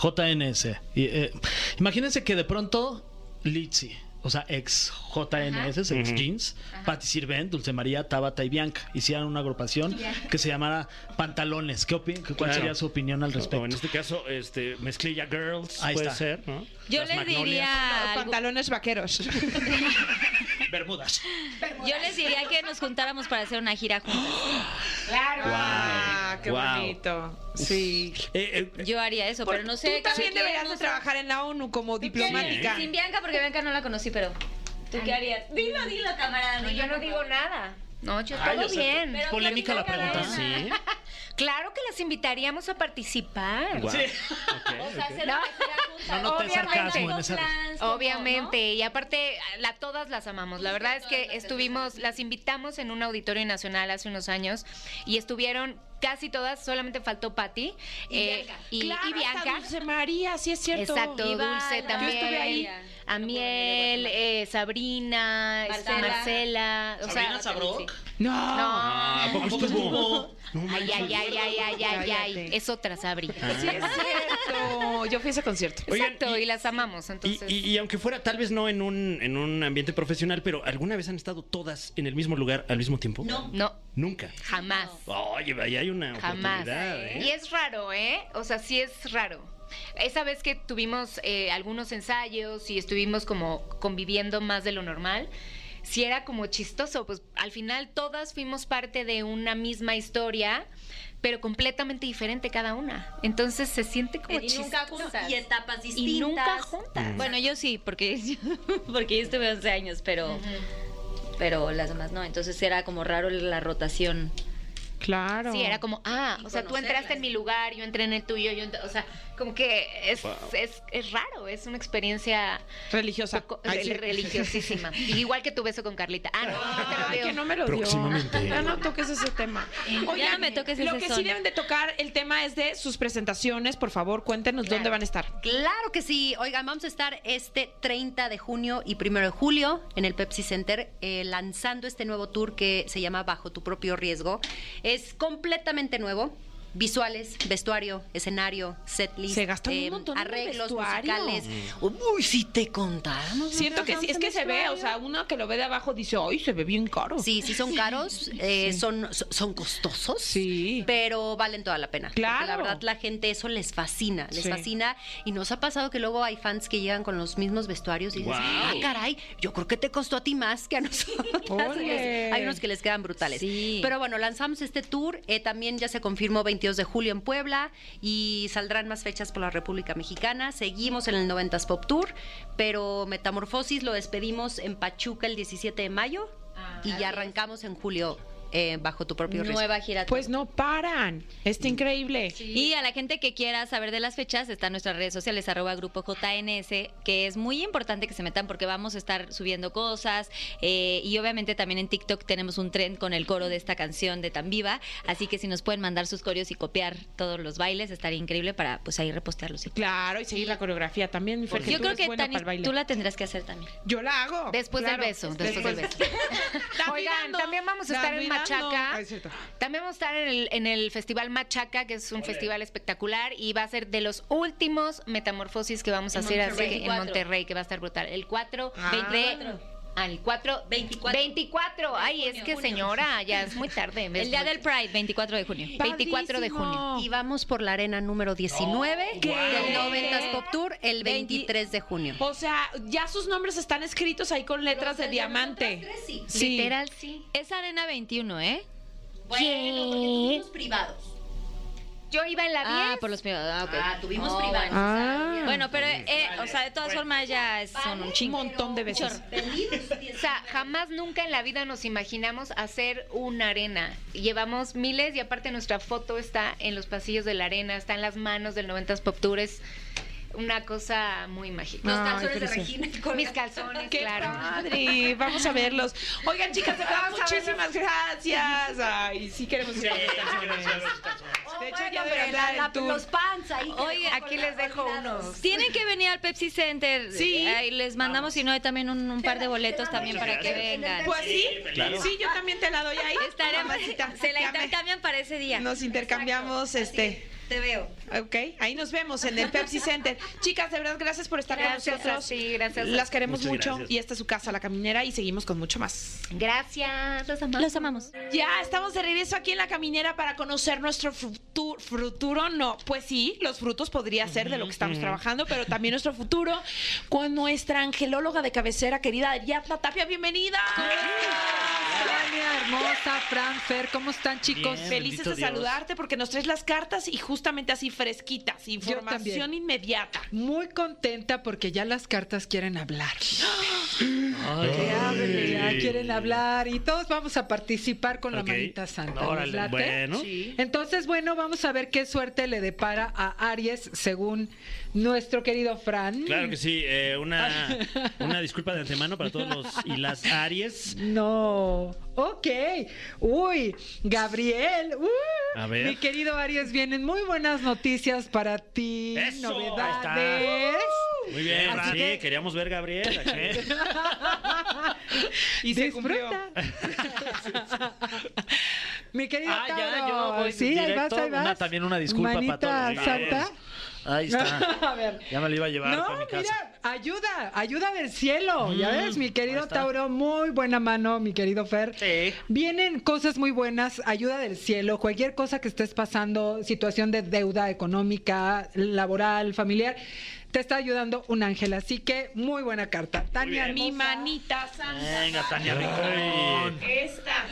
JNS. Y, eh, imagínense que de pronto Litzy, o sea, ex JNS, ex jeans, Patti Sirven, Dulce María, Tabata y Bianca hicieran una agrupación que se llamara Pantalones. ¿Qué opi- ¿Cuál
Claro.
sería su opinión al
O en
respecto?
este caso, este, Mezclilla Girls
Ahí
puede
está.
ser, ¿no?
Yo
Las
les
Magnolias.
diría. algo-
Pantalones vaqueros.
Bermudas.
Yo les diría que nos juntáramos para hacer una gira juntos.
Claro. Ah, qué
Guau.
bonito. Sí.
Eh, eh,
Yo haría eso, pero no sé.
Tú también
cada quien,
deberías
no
de
sé.
trabajar en la ONU como diplomática.
Sin Bianca, porque Bianca no la conocí, pero. ¿Tú qué harías? Dilo, dilo, camarada.
No, yo no digo nada. No, yo todo
yo sé-
bien.
Pero
Polémica la
Bianca
pregunta.
gana.
sí.
Claro que las invitaríamos a participar.
Guau.
Sí.
Ok,
O sea,
ok.
hacer una gira juntas.
No noté
Obviamente.
sarcasmo en esa.
Plans, como,
Obviamente, y aparte la todas las amamos. La verdad es que estuvimos, las invitamos en un auditorio nacional hace unos años y estuvieron casi todas, solamente faltó Patti eh,
Y Bianca.
y, y
Claro, hasta
Bianca.
Dulce María, sí es cierto.
Exacto,
Iba
Dulce
la-
también.
Yo estuve ahí.
A Miel, eh, Sabrina, este, Marcela.
Marcela.
o sea,
Sabrina Sabrok.
No.
No.
Ah, ¿a poco estuvo?
Ay, ay, ay, ay, ay, ay, ay.
Cállate.
Es otra Sabri.
Sí es cierto. Yo fui a ese concierto.
Oigan,
Exacto,
y-
y, las amamos,
Y,
entonces.
y- y aunque fuera tal vez no en un, en un ambiente profesional, pero ¿alguna vez han estado todas en el mismo lugar al mismo tiempo? No.
No,
Nunca.
jamás.
Oye, ahí hay una
Jamás.
oportunidad, ¿eh?
Y es raro, ¿eh? O sea, sí es raro. Esa vez que tuvimos eh, algunos ensayos y estuvimos como conviviendo más de lo normal, sí era como chistoso, pues al final todas fuimos parte de una misma historia, pero completamente diferente cada una. Entonces se siente como
Y nunca
chistoso.
juntas.
Y etapas distintas.
Y nunca juntas.
Bueno, yo sí, porque, porque yo estuve 11 años, pero. Pero las demás no. Entonces era como raro la rotación.
Claro.
Sí, era como, ah,
Y
o sea, tú entraste
conocerlas.
en mi lugar, yo entré en el tuyo, yo entré, o sea, como que es, es, es raro, es una experiencia
religiosa.
poco-
Ay, sí.
religiosísima. Igual que tu beso con Carlita. Ah, no, te lo
Ay,
veo.
que no me lo dio.
Próximamente.
Ya no toques ese tema. Oigan,
no me toques
lo
ese
que sí
son.
deben de tocar el tema es de sus presentaciones. Por favor, cuéntenos dónde van a estar.
Claro que sí. Oigan, vamos a estar este 30 de junio y 1 de julio en el Pepsi Center eh, lanzando este nuevo tour que se llama Bajo tu propio riesgo. Es completamente nuevo. Visuales, vestuario, escenario, setlist, em,
Se gastó un montón en el
arreglos
vestuario.
musicales. Mm. Uy, si te contáramos.
Siento que sí, es que se ve, o sea, uno que lo ve de abajo dice, ¡ay, se ve bien caro!
Sí, sí son caros, eh, son so- son costosos,
Sí.
pero valen toda la pena. porque La
Claro.
verdad la gente eso les fascina, les
Sí.
fascina y nos ha pasado que luego hay fans que llegan con los mismos vestuarios y dices,
Guau.
ah caray, yo creo que te costó a ti más que a nosotros.
Ole.
hay unos que les quedan brutales.
Sí.
Pero bueno, lanzamos este tour, eh, también ya se confirmó 22 de julio en Puebla y saldrán más fechas por la República Mexicana. Seguimos en el 90s Pop Tour, pero Metamorfosis lo despedimos en Pachuca el 17 de mayo y ya arrancamos en julio eh, bajo tu propio riesgo.
Ah, Nueva gira.
Pues no paran. Está increíble.
Y a la gente que quiera saber de las fechas, están nuestras redes sociales, arroba grupo JNS, que es muy importante que se metan porque vamos a estar subiendo cosas. eh, y obviamente también en TikTok tenemos un tren con el coro de esta canción de Tan Viva. Así que si nos pueden mandar sus coreos y copiar todos los bailes, estaría increíble para pues ahí repostearlos. y todo.
Claro, y seguir la coreografía también. mi Fer,
Yo
tú
creo
eres
que
buena
Tani,
para el baile.
tú la tendrás que hacer también.
Yo la hago.
Después del
claro.
beso, después del beso.
Están
Oigan,
mirando.
también vamos a
Están
estar en
mirando.
Machaca.
Ay, es cierto.
También vamos a estar en el, en el Festival Machaca, que es un festival espectacular y va a ser de los últimos metamorfosis que vamos a
En
hacer así
Monterrey.
que en
24.
Monterrey, que va a estar brutal. El 4
Ah.
24. Ah, el 4
24.
24. Ay, es que señora, ya es muy tarde.
El día del Pride, 24 de junio.
24 de junio.
Y vamos por la arena número 19 del
guau.
90s Pop Tour el 23 de junio.
O sea, ya sus nombres están escritos ahí con letras de diamante. Sí.
Literal sí.
Es Arena 21, ¿eh?
Bueno, porque tuvimos privados.
Yo iba en la 10.
Ah, por los privados. Ah, ok.
Ah, tuvimos
Ah,
privados.
Ah.
Bueno, pero, eh, o sea, de todas formas ya son un
Un
chingo.
montón de veces.
O sea, jamás nunca en la vida nos imaginamos hacer una arena. Llevamos miles y aparte nuestra foto está en los pasillos de la arena, está en las manos del 90s Pop Tour. Es una cosa muy mágica.
Los calzones de
Regina. Mis calzones,
¡Qué
claro.
padre! Vamos a verlos. Oigan, chicas, de verdad, muchísimas gracias. Ay, sí queremos ir a los calzones. De hecho,
Oh, bueno,
ya
hombre,
debe andar
la-
en
la-
tour.
los pants ahí. que
Oye,
dejó
aquí
colgar-
les dejo
olvidados.
unos.
Tienen que venir al Pepsi Center. Eh,
Sí.
Ahí les mandamos, si no, hay también un, un par de boletos también para que
Gracias.
vengan.
Pues sí,
Claro.
sí, yo también te la doy ahí.
Estaremos,
mamacita.
se la
Ya me-
intercambian para ese día.
Nos intercambiamos este.
Te veo.
Ok, ahí nos vemos en el Pepsi Center. Chicas, de verdad, gracias por estar
Gracias
con nosotros.
a ti, gracias a
Las queremos
Muchas
mucho
gracias.
y esta es su casa, La Caminera, y seguimos con mucho más.
Gracias, los amamos.
Los amamos.
Ya estamos de regreso aquí en La Caminera para conocer nuestro frutu- futuro. No, pues sí, los frutos podría ser de lo que estamos trabajando, pero también nuestro futuro con nuestra angelóloga de cabecera, querida Ariadna Tapia. Bienvenida.
Tania, hermosa, Fran, Fer, ¿cómo están, chicos?
Bien,
Felices de
bendito Dios.
saludarte porque nos traes las cartas y justamente así fresquitas, información
también.
inmediata.
Muy contenta porque ya las cartas quieren hablar.
¡Ah!
Ay,
Que hablen, ya quieren hablar y todos vamos a participar con
Ok.
la manita santa. ¿les
Órale,
late?
bueno.
Entonces, bueno, vamos a ver qué suerte le depara a Aries según nuestro querido Fran.
Claro que sí, eh, una, una disculpa de antemano para todos los y las Aries.
No. Ok. Uy, Gabriel. Uh,
A ver.
Mi querido Aries, vienen muy buenas noticias para ti.
Eso,
Novedades.
Muy bien,
Así
sí,
que-
queríamos ver Gabriel. aquí.
Eh.
Y se cumplió.
Disfruta. Mi querido
Ah, ya,
Tauro.
yo voy
sí, ahí vas,
directo.
ahí vas.
Una- también una disculpa para
Manita
todos.
santa.
Ahí está.
A ver.
Ya me lo iba a llevar
No,
para mi casa. Mm,
mira, ayuda, ayuda del cielo. ya ves, mi
ahí
querido
está.
Tauro, muy buena mano, mi querido Fer.
Sí.
Vienen cosas muy buenas, ayuda del cielo, cualquier cosa que estés pasando, situación de deuda económica, laboral, familiar, te está ayudando un ángel. Así que muy buena carta. Tania,
Mi
hermosa.
manita santa.
Venga, Tania Rincón.
Esta.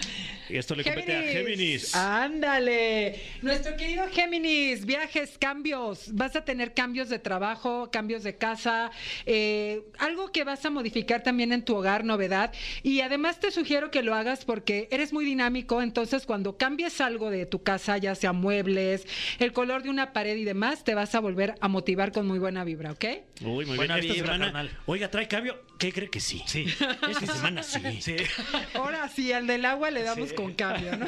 Esto le compete a Géminis.
Ándale. Nuestro querido Géminis, viajes, cambios. Vas a tener cambios de trabajo, cambios de casa, eh, algo que vas a modificar también en tu hogar, novedad. Y además te sugiero que lo hagas porque eres muy dinámico, entonces cuando cambies algo de tu casa, ya sea muebles, el color de una pared y demás, te vas a volver a motivar con muy buena vibra, ¿ok?
Uy, muy
Buena
bien. Esta
vibra,
semana.
carnal.
Oiga, trae cambio. ¿Qué cree que sí?
Sí.
Esta semana sí.
Sí.
Ahora sí, al del agua le damos
Sí.
con cambio, ¿no?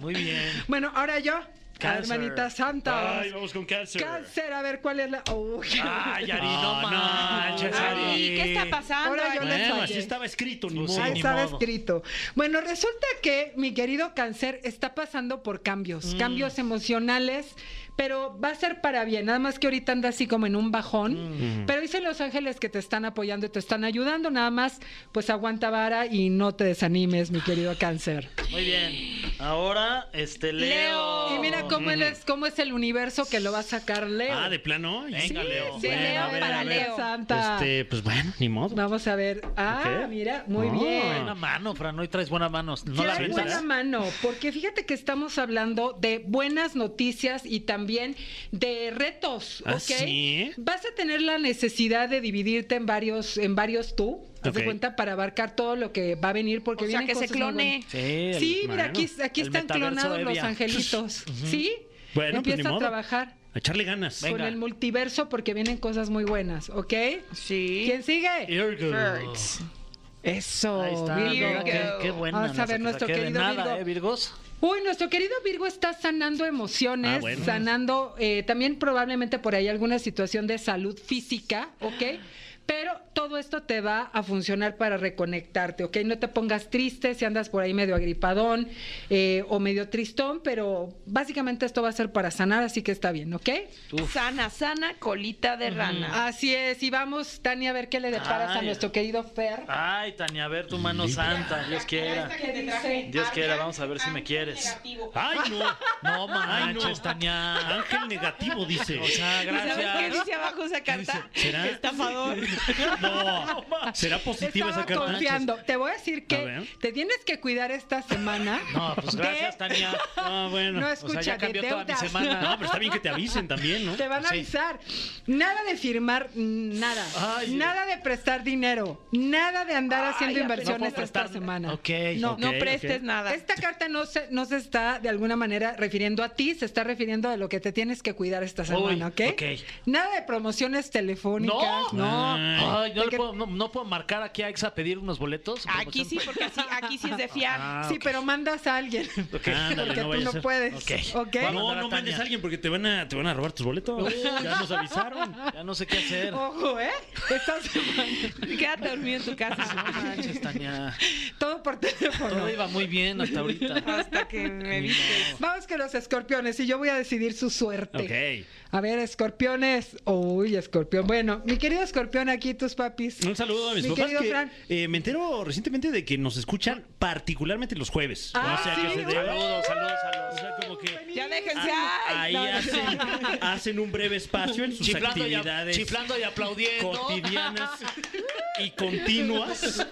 Muy bien.
bueno, ahora yo.
Cáncer.
Hermanita Santa.
Ay, vamos con cáncer.
Cáncer, a ver cuál es la. Uy.
Ay, Ari, no
Ah, no.
manches, Ari.
Ari, ¿qué está pasando?
Ahora yo
Ari?
les
Bueno,
fallé.
así estaba escrito, ni
Pues
modo.
sí,
Ahí
ni
estaba
modo.
escrito. Bueno, resulta que mi querido cáncer está pasando por
Mm.
cambios, cambios emocionales, pero va a ser para bien. Nada más que ahorita anda así como en un bajón,
Mm.
pero dicen los ángeles que te están apoyando y te están ayudando. Nada más, pues aguanta vara y no te desanimes, mi querido cáncer.
Muy bien. Ahora, este Leo.
Y mira cómo, él es, cómo es el universo que lo va a sacar Leo.
Ah, de plano. Y
Venga,
sí.
Leo.
De
Bueno,
Leo
a ver,
para
a ver.
Leo Santa.
Este, pues bueno, ni modo.
Vamos a ver. Ah,
Ok.
mira, muy
Ah.
bien.
Buena mano, Fran. Hoy traes buena mano. No
No
la
Traes
avientas.
buena mano, porque fíjate que estamos hablando de buenas noticias y también de retos, ¿ok?
¿Ah, sí?
Vas a tener la necesidad de dividirte en varios, en varios tú, haz de
Ok.
cuenta para abarcar todo lo que va a venir, porque
O sea,
vienen
que se
cosas muy
clone.
buenas.
Sí, el-
Sí, mira, aquí,
bueno,
aquí
el
están
metaverso
clonados los
Evia.
angelitos, ¿sí?
Bueno, pues,
Empieza
ni
a
modo.
trabajar
A echarle ganas.
Venga.
con el multiverso porque vienen cosas muy buenas, ¿ok?
Sí.
¿Quién sigue?
Virgo.
Fertz.
Eso,
Ahí está.
Virgo.
mira, Qué, qué buena.
Vamos a
no se
ver
te
nuestro
saqué de
querido
nada,
Virgo.
¿eh, Virgos?
Uy, nuestro querido Virgo está sanando emociones,
Ah, bueno.
sanando eh, también probablemente por ahí alguna situación de salud física, ¿ok? Pero todo esto te va a funcionar para reconectarte, ¿ok? No te pongas triste si andas por ahí medio agripadón eh, o medio tristón, pero básicamente esto va a ser para sanar, así que está bien, ¿ok?
Sana, sana, colita de rana.
Así es, y vamos, Tania, a ver qué le deparas a
Ay.
nuestro querido Fer.
Ay, Tania, a ver tu mano santa. Dios quiera. Dios quiera, vamos a ver si me quieres.
Ay, no.
No manches,
no.
Tania.
Ángel negativo, dice.
O sea,
¿Y ¿Sabes qué
gracias.
dice abajo esa carta?
¿Será?
Estafador.
No. ¿Será positiva
Estaba
esa carta?
confiando. Te voy a decir que
A ver.
te tienes que cuidar esta semana.
No, pues
de-
gracias, Tania.
Ah, bueno.
No
O sea,
escucha
ya
de
cambió toda mi
deudas.
semana.
No, pero está bien que te avisen también, ¿no?
Te van a
Sí.
avisar. Nada de firmar nada.
Ay,
nada de prestar dinero. Nada de andar haciendo inversiones
puedo
esta
prestar-
semana.
Ok,
No.
ok.
No
Ok,
prestes
ok.
nada.
Esta carta no se, no se está de alguna manera refiriendo a ti, se está refiriendo a lo que te tienes que cuidar esta semana, ¿ok?
ok.
Nada de promociones telefónicas,
No,
no,
Ay, no,
De
le
que-
puedo, no, no puedo marcar aquí a Exa a pedir unos boletos. pues,
Aquí sí, porque así- aquí sí es de fiar.
Ah,
Sí, pero mandas a alguien.
Ándale,
Porque
no
tú
vayas a
no
ser.
puedes.
Ok.
¿Ok?
Vamos.
No, no mandes a alguien porque te van a, te van a robar tus boletos. Ya nos avisaron.
Ya no sé qué hacer.
Ojo, ¿eh? Esta semana.
Quédate dormido en tu
No
casa.
manches, Tania.
Todo por teléfono.
Todo iba muy bien hasta ahorita.
Hasta que me
Ni
viste.
modo.
Vamos con los escorpiones y yo voy a decidir su suerte.
Ok.
A ver, escorpiones. Uy, escorpión. Bueno, mi querido escorpión, aquí tus papis.
Un saludo a mis
Mi
papás
querido
que
Fran.
eh, me entero recientemente de que nos escuchan particularmente los jueves.
Ah,
no sé a qué
¿sí?
se debe.
Saludos, saludos, saludos. Ah,
O sea, como que
Ya déjense.
ahí
ay. No, no.
hacen, hacen un breve espacio en sus
Chiflando y, a-
actividades
chiflando y aplaudiendo.
cotidianas y continuas.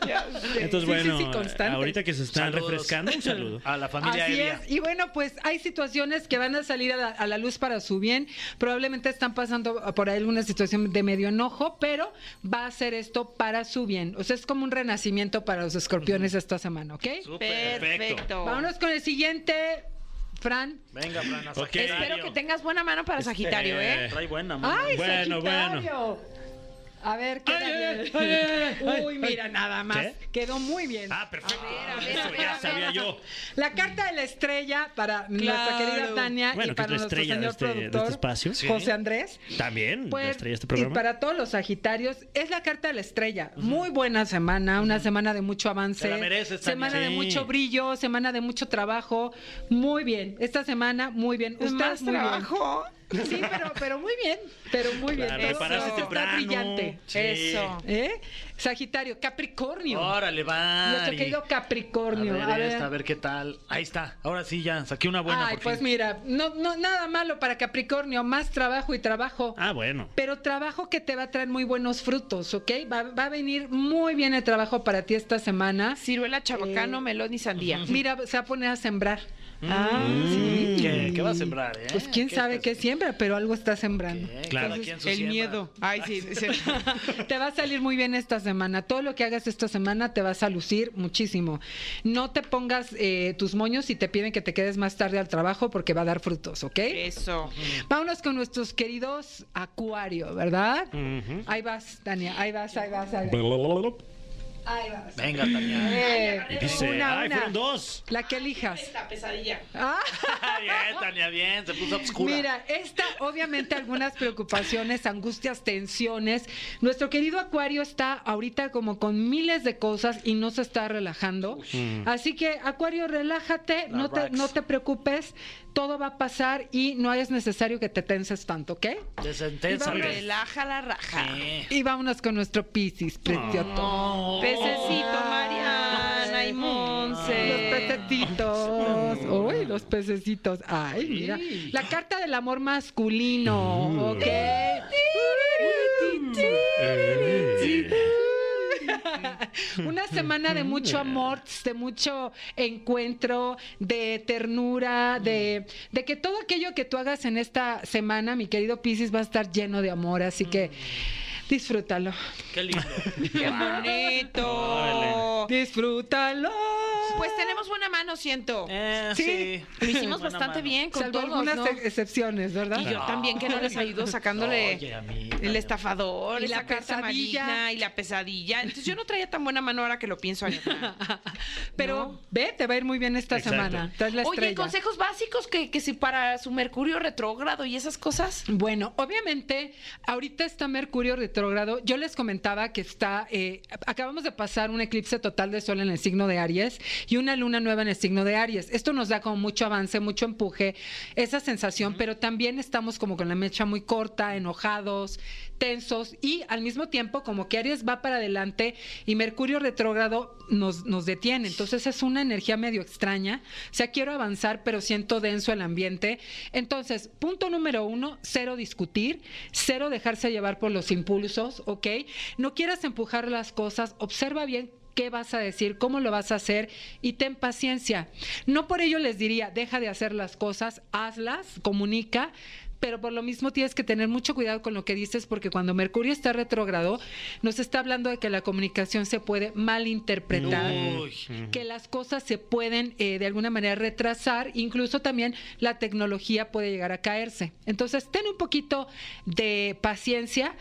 Entonces,
Sí, sí,
bueno,
sí, constante.
ahorita que se están
Saludos.
refrescando, un saludo.
A la familia
Así
Evia.
es. Y bueno, pues hay situaciones que van a salir a la, a la luz para su bien. Probablemente están pasando por ahí alguna situación de medio enojo, pero va a ser esto para su bien. O sea, es como un renacimiento para los escorpiones esta semana, ¿ok?
Perfecto.
Vámonos con el siguiente, Fran.
Venga, Fran. a
Ok. Este,
sacar.
Espero que tengas buena mano para Sagitario, ¿eh?
Trae buena, mano.
¡Ay,
Bueno,
Sagitario! A ver, ¿qué
Ay,
tal?
ay, ay, ay, ay, ay,
Uy, mira, nada más.
¿Qué?
Quedó muy bien.
Ah, perfecto.
A ver, a ver, a
Eso
ver, a
ya
ver.
sabía yo.
La carta de la estrella para nuestra
Claro.
querida Tania
Bueno,
y
que es
para
la
nuestro
estrella de
señor
este, de este
productor
espacio.
José Andrés.
También,
Pues,
la estrella de este
y
programa.
para todos los Sagitarios, es la carta de la estrella. Muy buena semana, una semana de mucho avance.
Te la mereces, Tania.
semana de
Sí.
mucho brillo, semana de mucho trabajo. Muy bien. Esta semana, muy bien. Usted
Más
muy
trabajo.
bien. Sí, pero, pero muy bien. Pero muy bien.
Claro,
Todo-
prepararse
todo está
temprano.
brillante.
Sí.
Eso.
¿Eh? Sagitario, Capricornio.
Órale, va.
Nuestro querido Capricornio.
A ver, esta, a ver qué tal. Ahí está. Ahora sí ya saqué una buena.
Ay,
por
pues
fin.
mira, no, no, nada malo para Capricornio, más trabajo y trabajo.
Ah, bueno.
Pero trabajo que te va a traer muy buenos frutos, ¿ok? Va, va a venir muy bien el trabajo para ti esta semana. Eh,
Ciruela, chabacano, melón y sandía.
Mira, se va a poner a sembrar.
Mm.
Ah,
Sí.
¿Qué? ¿Qué va a sembrar, eh?
Pues quién sabe qué siembra, pero algo está sembrando.
¿Qué?
Claro.
Cada quien su
el
siembra.
miedo. Ay, sí. sí.
Te va a salir muy bien esta semana. Todo lo que hagas esta semana te vas a lucir muchísimo. No te pongas eh, tus moños si te piden que te quedes más tarde al trabajo porque va a dar frutos, ¿ok?
Eso.
Vámonos con nuestros queridos Acuario, ¿verdad?
Ujú.
Ahí vas, Tania, ahí vas, ahí vas, ahí vas. Ahí vas.
Venga, Tania.
Eh,
Y dice,
una,
ay,
una.
fueron dos.
La que elijas.
La pesadilla.
Ah,
bien, eh, Tania, bien. Se puso obscura.
mira, esta, obviamente, algunas preocupaciones, angustias, tensiones. Nuestro querido Acuario está ahorita como con miles de cosas y no se está relajando. Así que, Acuario, relájate, no te,
relax.
no te preocupes, todo va a pasar y no es necesario que te tenses tanto, ¿ok?
Desentensa.
Y vámonos.
Relaja la raja.
Sí.
Y vámonos con nuestro Piscis, precioso.
Pececito, Mariana y
Los
Monse.
pececitos. Uy, los pececitos. Ay, mira. La carta del amor masculino. Ok. Una semana de mucho amor, de mucho encuentro, de ternura, de, de que todo aquello que tú hagas en esta semana, mi querido Piscis, va a estar lleno de amor. Así que disfrútalo.
Qué lindo.
Mm. Qué bonito.
Disfrútalo.
Pues tenemos buena mano, siento.
Eh, sí.
Lo hicimos
Buena
bastante
mano.
bien con
Salvo
todos,
algunas
¿no?
ex- excepciones, ¿verdad?
Y yo también que no les ayudo sacándole
Oye, a mí.
el estafador,
Y
esa
la
carta
pesadilla.
maligna y la pesadilla. Entonces yo no traía tan buena mano ahora que lo pienso. Ariadna.
Pero
No.
ve, te va a ir muy bien esta
Exacto.
semana. Traes la
Oye,
estrella.
consejos básicos que, que si para su mercurio retrógrado y esas cosas.
Bueno, obviamente, ahorita está Mercurio retrógrado. Yo les comentaba que está, eh, acabamos de pasar un eclipse total de Sol en el signo de Aries y una luna nueva en el signo de Aries. Esto nos da como mucho avance, mucho empuje, esa sensación, pero también estamos como con la mecha muy corta, enojados, tensos y al mismo tiempo como que Aries va para adelante y Mercurio retrógrado nos, nos detiene. Entonces es una energía medio extraña. O sea, quiero avanzar, pero siento denso el ambiente. Entonces, punto número uno, cero discutir, cero dejarse llevar por los impulsos, ¿ok? No quieras empujar las cosas, observa bien qué vas a decir, cómo lo vas a hacer y ten paciencia. No por ello les diría, deja de hacer las cosas, hazlas, comunica, pero por lo mismo tienes que tener mucho cuidado con lo que dices porque cuando Mercurio está retrógrado nos está hablando de que la comunicación se puede malinterpretar,
Uy.
que las cosas se pueden eh, de alguna manera retrasar, incluso también la tecnología puede llegar a caerse. Entonces ten un poquito de paciencia.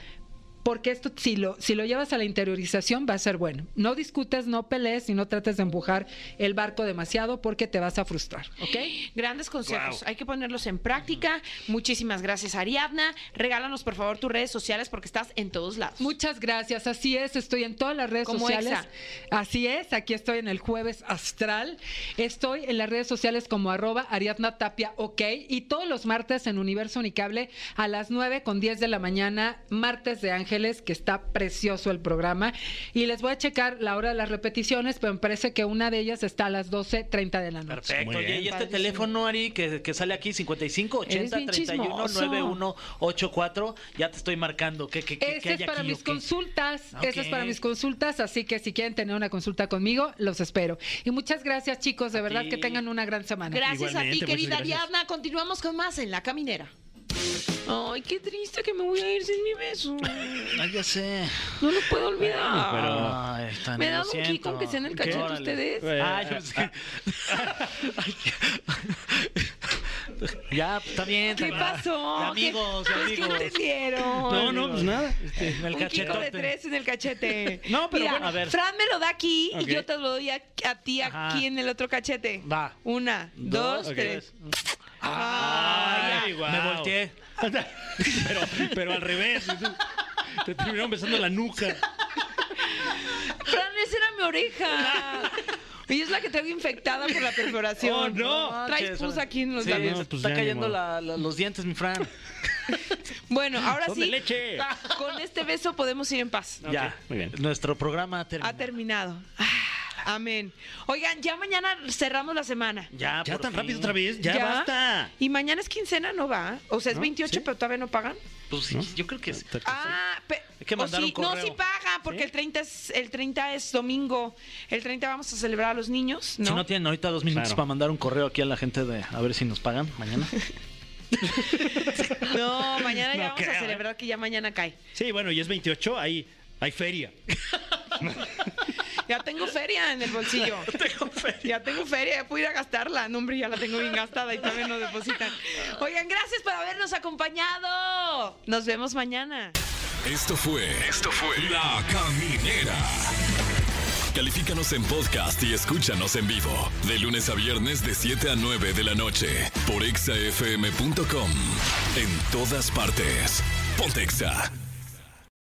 porque esto si lo, si lo llevas a la interiorización va a ser bueno. No discutes, no pelees y no trates de empujar el barco demasiado porque te vas a frustrar, ¿ok?
Grandes consejos, hay que ponerlos en práctica. Muchísimas gracias, Ariadna. Regálanos, por favor, tus redes sociales porque estás en todos lados.
Muchas gracias, así es, estoy en todas las redes
Como
sociales.
Exa.
Así es, aquí estoy en el jueves astral. Estoy en las redes sociales como arroba Ariadna Tapia OK y todos los martes en Universo Unicable a las 9 con 10 de la mañana, martes de Ángeles, que está precioso el programa. Y les voy a checar la hora de las repeticiones, pero me parece que una de ellas está a las 12.30 de la noche.
Perfecto. Oye, y este teléfono, Ari, que, que sale aquí, 55 80
Eres bien
31
chismoso.
91 84. Ya te estoy marcando. ¿Qué, qué, qué, qué
Este
hay
es para
aquí,
mis
o qué?
consultas,
Ah,
este es
Ok.
para mis consultas, así que si quieren tener una consulta conmigo, los espero. Y muchas gracias chicos, de verdad que tengan una gran semana.
Gracias a ti,
Igualmente,
querida
muchas gracias.
Ariadna. Continuamos con más en La Caminera. Ay, qué triste que me voy a ir sin mi beso.
Ay, ya sé.
No lo puedo olvidar.
Ay, tan
Me
lo
da un
siento.
kiko aunque sea en el
¿Qué?
cachete
Órale.
ustedes.
Eh,
Ay, Ah, yo pensé que- Ay. ya, está bien.
¿Qué
está bien.
pasó?
De amigos, de
¿Qué- es que
amigos. Este,
entendieron?
No, no, pues nada.
En el
Un kiko de
cachetote.
tres en el cachete.
No, pero
Mira,
bueno, a ver.
Fran me lo da aquí
Ok.
y yo te lo doy a, a ti
Ajá.
aquí en el otro cachete.
Va.
Una, dos,
ok.
tres.
Ay, guau.
Me volteé.
Pero, pero al revés. Te terminaron besando la nuca.
Fran, esa era mi oreja. Y es la que tengo infectada por la perforación.
Oh, no.
Traes pus aquí en los
Sí,
labios.
no, pues
está
ya,
cayendo
ni modo.
la- la- los dientes, mi Fran.
Bueno, ahora
Son
sí.
de leche.
Con este beso podemos ir en paz.
Ya,
muy bien.
Nuestro programa
Ha
terminado.
terminado. Ah, Amén. Oigan, ya mañana cerramos la semana.
Ya,
Ya
por
tan
fin.
rápido otra vez. Ya, basta.
Y mañana es quincena, ¿no va? O sea, es
¿No?
28,
¿Sí?
pero todavía no pagan.
Pues yo creo que es.
Ah, pe-
Hay que
o
mandar un
sí, no,
correo.
sí paga, porque el 30 es el 30 es domingo. El 30 vamos a celebrar a los niños, ¿no?
Si no tienen ahorita dos minutos
Claro.
para mandar un correo aquí a la gente de a ver si nos pagan mañana.
No, mañana ya
No
vamos a
creo,
celebrar que ya mañana cae.
Sí, bueno, y es 28, hay, hay feria.
Ya tengo feria en el bolsillo. Ya tengo feria, ya puedo ir a gastarla. No, hombre, ya la tengo bien gastada y también nos depositan. Oigan, gracias por habernos acompañado. Nos vemos mañana.
Esto fue. Esto fue. La Caminera. Califícanos en podcast y escúchanos en vivo. De lunes a viernes, de 7 a 9 de la noche. Por exafm.com. En todas partes. Pontexa.